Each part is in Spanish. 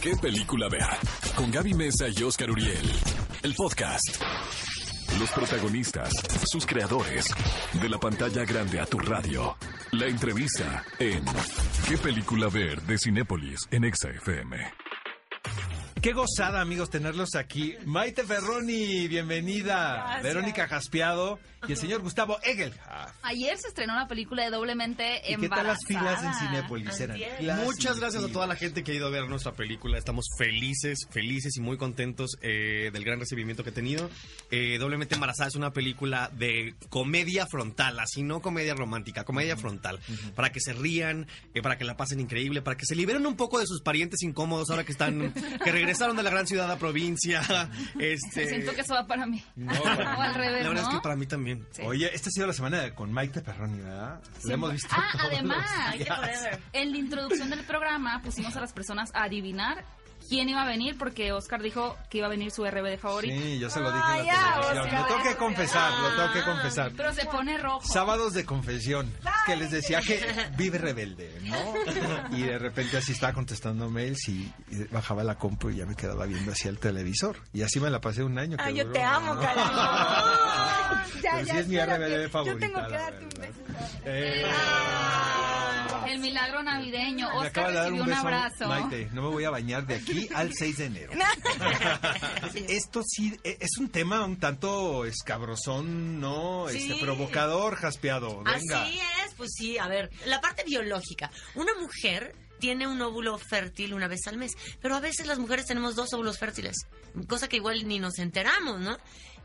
qué película ver. Con Gaby Mesa y Oscar Uriel. El podcast. Los protagonistas, sus creadores. De la pantalla grande a tu radio. La entrevista en ¿Qué película ver de Cinépolis en Exa FM? Qué gozada, amigos, tenerlos aquí. Maite Ferroni, bienvenida. Gracias. Verónica Jaspeado y el señor Gustavo Egelhaf. Ayer se estrenó una película de doblemente ¿Y embarazada. qué tal las filas en Cinépolis? Eran Antier. filas Muchas gracias a y- toda la gente que ha ido a ver nuestra película. Estamos felices, felices y muy contentos eh, del gran recibimiento que ha tenido. Eh, Doblemente Embarazada es una película de comedia frontal, así no comedia romántica, comedia frontal. Para que se rían, eh, para que la pasen increíble, para que se liberen un poco de sus parientes incómodos ahora que están, que regresaron de la gran ciudad a provincia. Este, Pues Siento que eso va para mí. o al revés, la verdad ¿no? es que para mí también. Sí. Oye, esta ha sido la semana con Maite Ferroni, ¿verdad? La hemos visto. Ah, todos además, los días. en la introducción del programa pusimos a las personas a adivinar quién iba a venir porque Oscar dijo que iba a venir su RBD favorito. Sí, yo se lo dije en la ya, televisión. Oscar. Lo tengo que confesar, lo tengo que confesar. Pero se pone rojo. Sábados de confesión, que les decía que vive rebelde, ¿no? Y de repente así estaba contestando mails y, y bajaba la compu y ya me quedaba viendo hacia el televisor. Y así me la pasé un año. que Ay, yo duró, te amo, ¿no? cariño. Ya, Pero sí es mi espérate. RBD Yo tengo favorita, que la darte un verdad. beso. Ah. Eh, El milagro navideño. me acaba Oscar de dar recibió un un, beso, abrazo. Maite. No me voy a bañar de aquí al 6 de enero. Esto sí eh, es un tema un tanto escabrosón, ¿no? Sí. Este provocador, jaspeado. Venga. Así es, pues sí, a ver, la parte biológica. Una mujer tiene un óvulo fértil una vez al mes, pero a veces las mujeres tenemos dos óvulos fértiles, cosa que igual ni nos enteramos, ¿no?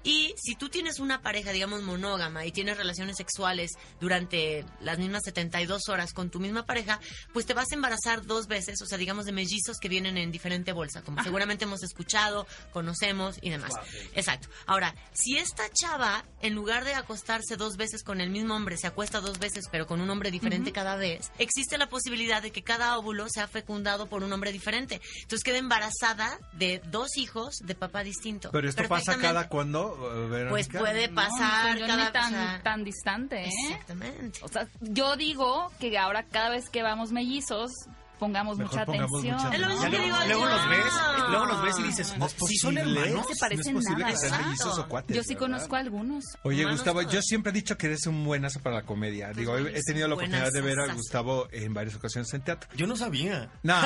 Y si tú tienes una pareja, digamos, monógama y tienes relaciones sexuales durante las mismas 72 horas con tu misma pareja, pues te vas a embarazar dos veces, o sea, digamos, de mellizos que vienen en diferente bolsa, como seguramente hemos escuchado, conocemos y Ah, demás. Exacto. Ahora, si esta chava, en lugar de acostarse dos veces con el mismo hombre, se acuesta dos veces, pero con un hombre diferente cada vez, existe la posibilidad de que cada óvulo sea fecundado por un hombre diferente. Entonces queda embarazada de dos hijos de papá distinto. Pero esto pasa Perfectamente. cada cuando, eh, Pues Verónica? puede No, pasar no, yo cada ni tan, o sea, tan distante, ¿eh? Exactamente. O sea, yo digo que ahora cada vez que vamos mellizos, pongamos Mejor mucha pongamos atención. mucha Es lo No, mismo Ya que luego, digo luego yo. los ves, luego los ves y dices, ¿No es si son posible? hermanos, se parecen no es posible nada, que sean exacto. mellizos o cuates, Yo sí ¿verdad? conozco algunos. Oye, Humanos Gustavo, yo todos. siempre he dicho que eres un buenazo para la comedia. Pues Digo, he- he tenido la oportunidad de ver a buenazazazo. Gustavo en varias ocasiones en teatro. Yo no sabía. No,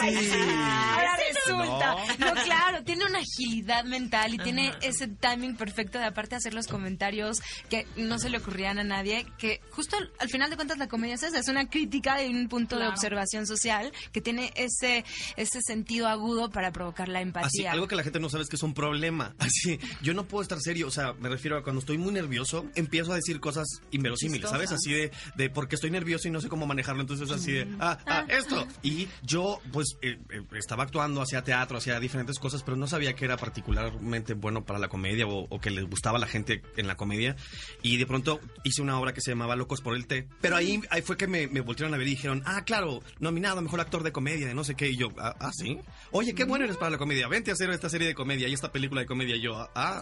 sí. Ahora resulta. No. No. claro, tiene una agilidad mental y tiene ese timing perfecto de aparte hacer los comentarios que no se le ocurrían a nadie, que justo al, al final de cuentas la comedia es esa, es una crítica y un punto de Claro. observación social que tiene ese, ese sentido agudo para provocar la Así, empatía. algo que la gente no sabe es que es un problema. Así, yo no puedo estar serio. O sea, me refiero a cuando estoy muy nervioso, empiezo a decir cosas inverosímiles, Chistosas. ¿sabes? Así de, de porque estoy nervioso y no sé cómo manejarlo. Entonces, así de, ah, ah, esto. Y yo, pues, eh, eh, estaba actuando, hacía teatro, hacía diferentes cosas, pero no sabía que era particularmente bueno para la comedia o, o que les gustaba a la gente en la comedia. Y de pronto hice una obra que se llamaba Locos por el Té. Pero ahí, ahí fue que me, me voltearon a ver y dijeron, ah, claro, nominado a mejor actor de comedia, de no sé qué. Y yo, ah, ah, sí. Oye, qué bueno eres para la comedia. Vente a hacer esta serie de comedia y esta película de comedia. Y yo, ah, ah,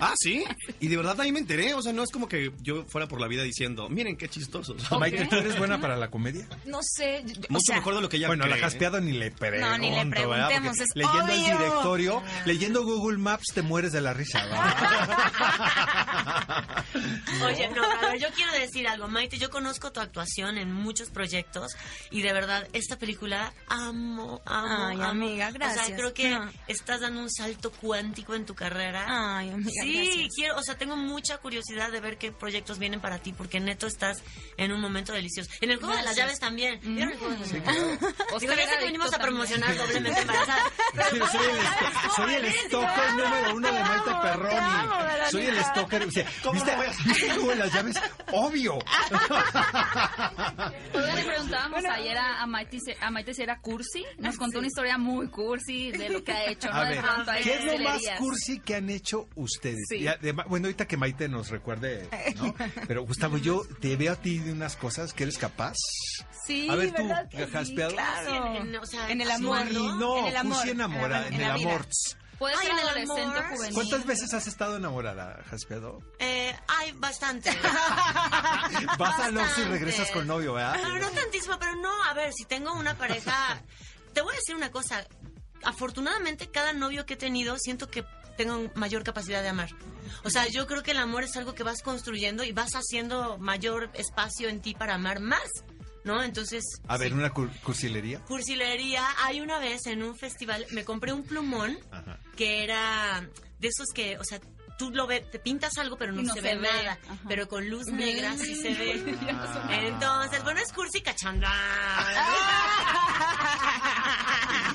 ah, sí. Y de verdad ahí me enteré. O sea, no es como que yo fuera por la vida diciendo, miren qué chistosos. Maite, ¿tú eres buena para la comedia? No sé, yo- o Mucho sea, mejor de lo que ya bueno, la cree, ¿eh? jaspeado ni le pregunto, ni ¿verdad? le Porque preguntemos, es Leyendo el obvio. directorio, leyendo Google Maps, te mueres de la risa, ¿verdad? Oye, no, a ver, yo quiero decir algo, Maite, yo conozco tu actuación en muchos proyectos y de verdad esta película amo, amo, Ay, amo. amiga, O sea, gracias. creo que No. estás dando un salto cuántico en tu carrera. Ay, amiga, sí, gracias. quiero, o sea, tengo mucha curiosidad de ver qué proyectos vienen para ti porque neto estás en un momento delicioso. En el juego de las llaves también. Mm. ¿Vieron el juego de las llaves? Digo, ya sé que venimos a promocionar doblemente embarazadas. Sí, soy el, soy el stalker número uno de Maite Perroni. soy el stalker. O sea, ¿viste, ¿Viste cómo las llaves? Obvio. Todavía le preguntábamos ayer a, a Maite, si- a Maite si era cursi. Nos contó una historia muy cursi de lo que ha hecho. A ¿no? De ver, pronto hay ¿qué es lo más destilerías. cursi que han hecho ustedes? Sí. Y además- bueno, ahorita que Maite nos recuerde, ¿no? Pero Gustavo, yo te veo a ti de unas cosas que eres capaz. Sí, A ver, tú, ¿verdad que sí? jaspeado. Claro. En- en- o sea, En el amor. Sí, no, en el amor. cursi enamorada, en, en el la vida. amor. Puede Ay, ser el adolescente o amor. juvenil. ¿Cuántas veces has estado enamorada, Jaspeado? Eh, ay, bastante. Vas al Oxxo y Bastante. regresas con novio, ¿verdad? No, no tantísimo, pero no, a ver, si tengo una pareja... Te voy a decir una cosa, afortunadamente cada novio que he tenido siento que tengo mayor capacidad de amar. O sea, yo creo que el amor es algo que vas construyendo y vas haciendo mayor espacio en ti para amar más, ¿no? Entonces, A ver, una cur- cursilería. cursilería, hay una vez en un festival me compré un plumón Ajá. que era de esos que, o sea, tú lo ves, te pintas algo pero no, se, ve, nada, Ajá. pero con luz negra sí se ve. Ah. Entonces, bueno, es cursi cachanda.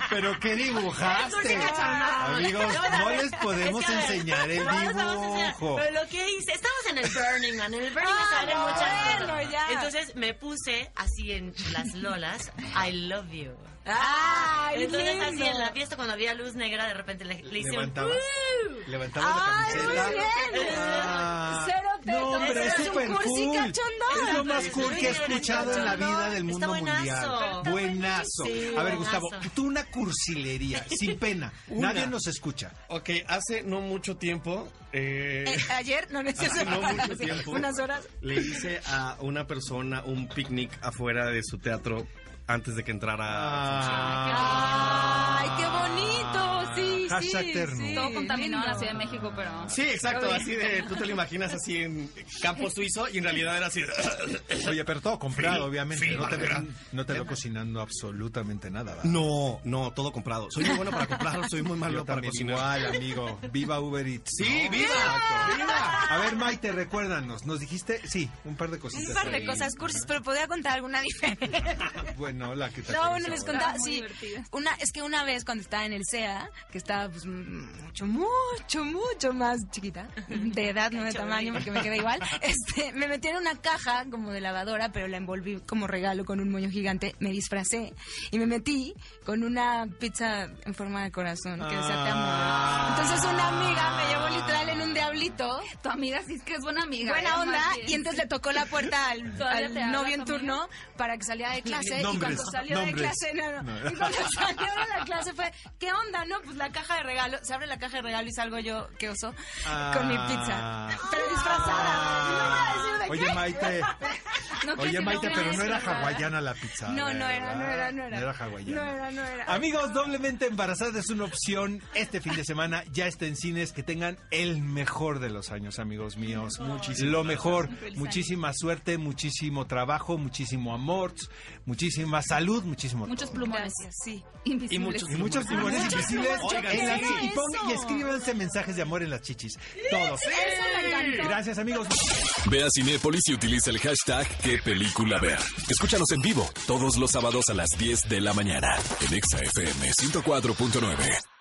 Pero qué dibujaste. Cursi cachondón. Amigos, no les podemos Es que, a ver, enseñar el no les podemos enseñar. dibujo. Pero lo que hice, estamos en el Burning Man, en el Burning Man salen no, muchas bueno, cosas. ya. Entonces me puse así en las lolas, I love you. Ay, Entonces lindo. así en la fiesta cuando había luz negra de repente le, le hice un Levantabas, levantabas Ay, la muy camiseta. bien. Ah. Cero teto. No, pero es Eres un súper cursi cool. cachondón. Es lo más cool que he escuchado en la vida del Está mundo buenazo. mundial. Está Buenazo. buenísimo. A ver, Gustavo, Buenazo. tú una cursilería, sin pena. Una. Nadie nos escucha. Ok, hace no mucho tiempo. eh, Eh, ayer, no necesito Hace no mucho tiempo. unas horas. Le hice a una persona un picnic afuera de su teatro antes de que entrara. a funcionar. Ay, qué bonito, sí, Ah. Hashtag sí, ternura. sí. Todo contaminado en la Lindo. Ciudad de México, pero... Sí, exacto, así de, tú te lo imaginas así en campo suizo y en realidad era así. de- Oye, pero todo comprado, Sí, obviamente. sí, no, te veo, Bárbara. no te veo cocinando absolutamente nada. ¿verdad? No, no, todo comprado. Soy muy bueno para comprar, soy muy malo Yo para también cocinar. igual, amigo. Viva Uber Eats. Sí, ¿no? viva, Exacto. viva. A ver, Maite, recuérdanos. Nos dijiste, sí, un par de cositas. Un par de ahí. cosas cursis, pero podía contar alguna diferente. Bueno, la que te No, acuerdes bueno, les ahora. contaba, Estaban muy sí. divertidas. Una, es que una vez cuando estaba en el SEA, que estaba pues mm, mucho, mucho, mucho más chiquita, de edad, no de tamaño, porque me quedé igual, este, me metí en una caja como de lavadora, pero la envolví como regalo con un moño gigante, me disfracé y me metí con una pizza en forma de corazón, que decía te amo. Ah. Entonces una amiga me llevó literal en un diablito Tu amiga sí es que es buena amiga. buena ¿eh? onda Más bien. y entonces le tocó la puerta al, Todavía al te habla novio en tu amiga. turno para que saliera de clase y Nombres, cuando salió de nombres. clase no, no. No. y cuando salió de la clase fue qué onda no pues la caja de regalo se abre la caja de regalo y salgo yo qué oso con mi pizza Ah. pero disfrazada Y no voy a decir de Oye, qué. Maite. No, creo Oye, que Maite, no pero es no era verdad. hawaiana la pizza. no no era ¿verdad? no era no era No era hawaiana. no era no era Amigos, doblemente embarazada es una opción. Este fin de semana ya está en cines. Que tengan el mejor de los años, amigos míos. Muchísimo. Lo mejor. Feliz año. Muchísima suerte, muchísimo trabajo, muchísimo amor, muchísima salud, muchísimo. Muchos todo. plumones. gracias sí Invisibles. Y Ah, muchos Y muchos pulmones Muchos invisibles. pulmones, yo en las- quiero y, pon- y eso. escríbanse mensajes de amor en las chichis. Todos. Gracias, amigos. Ve a Cinépolis y utiliza el hashtag qué película ver. Escúchanos en vivo todos los sábados a las 10 de la mañana en Exa FM 104.9.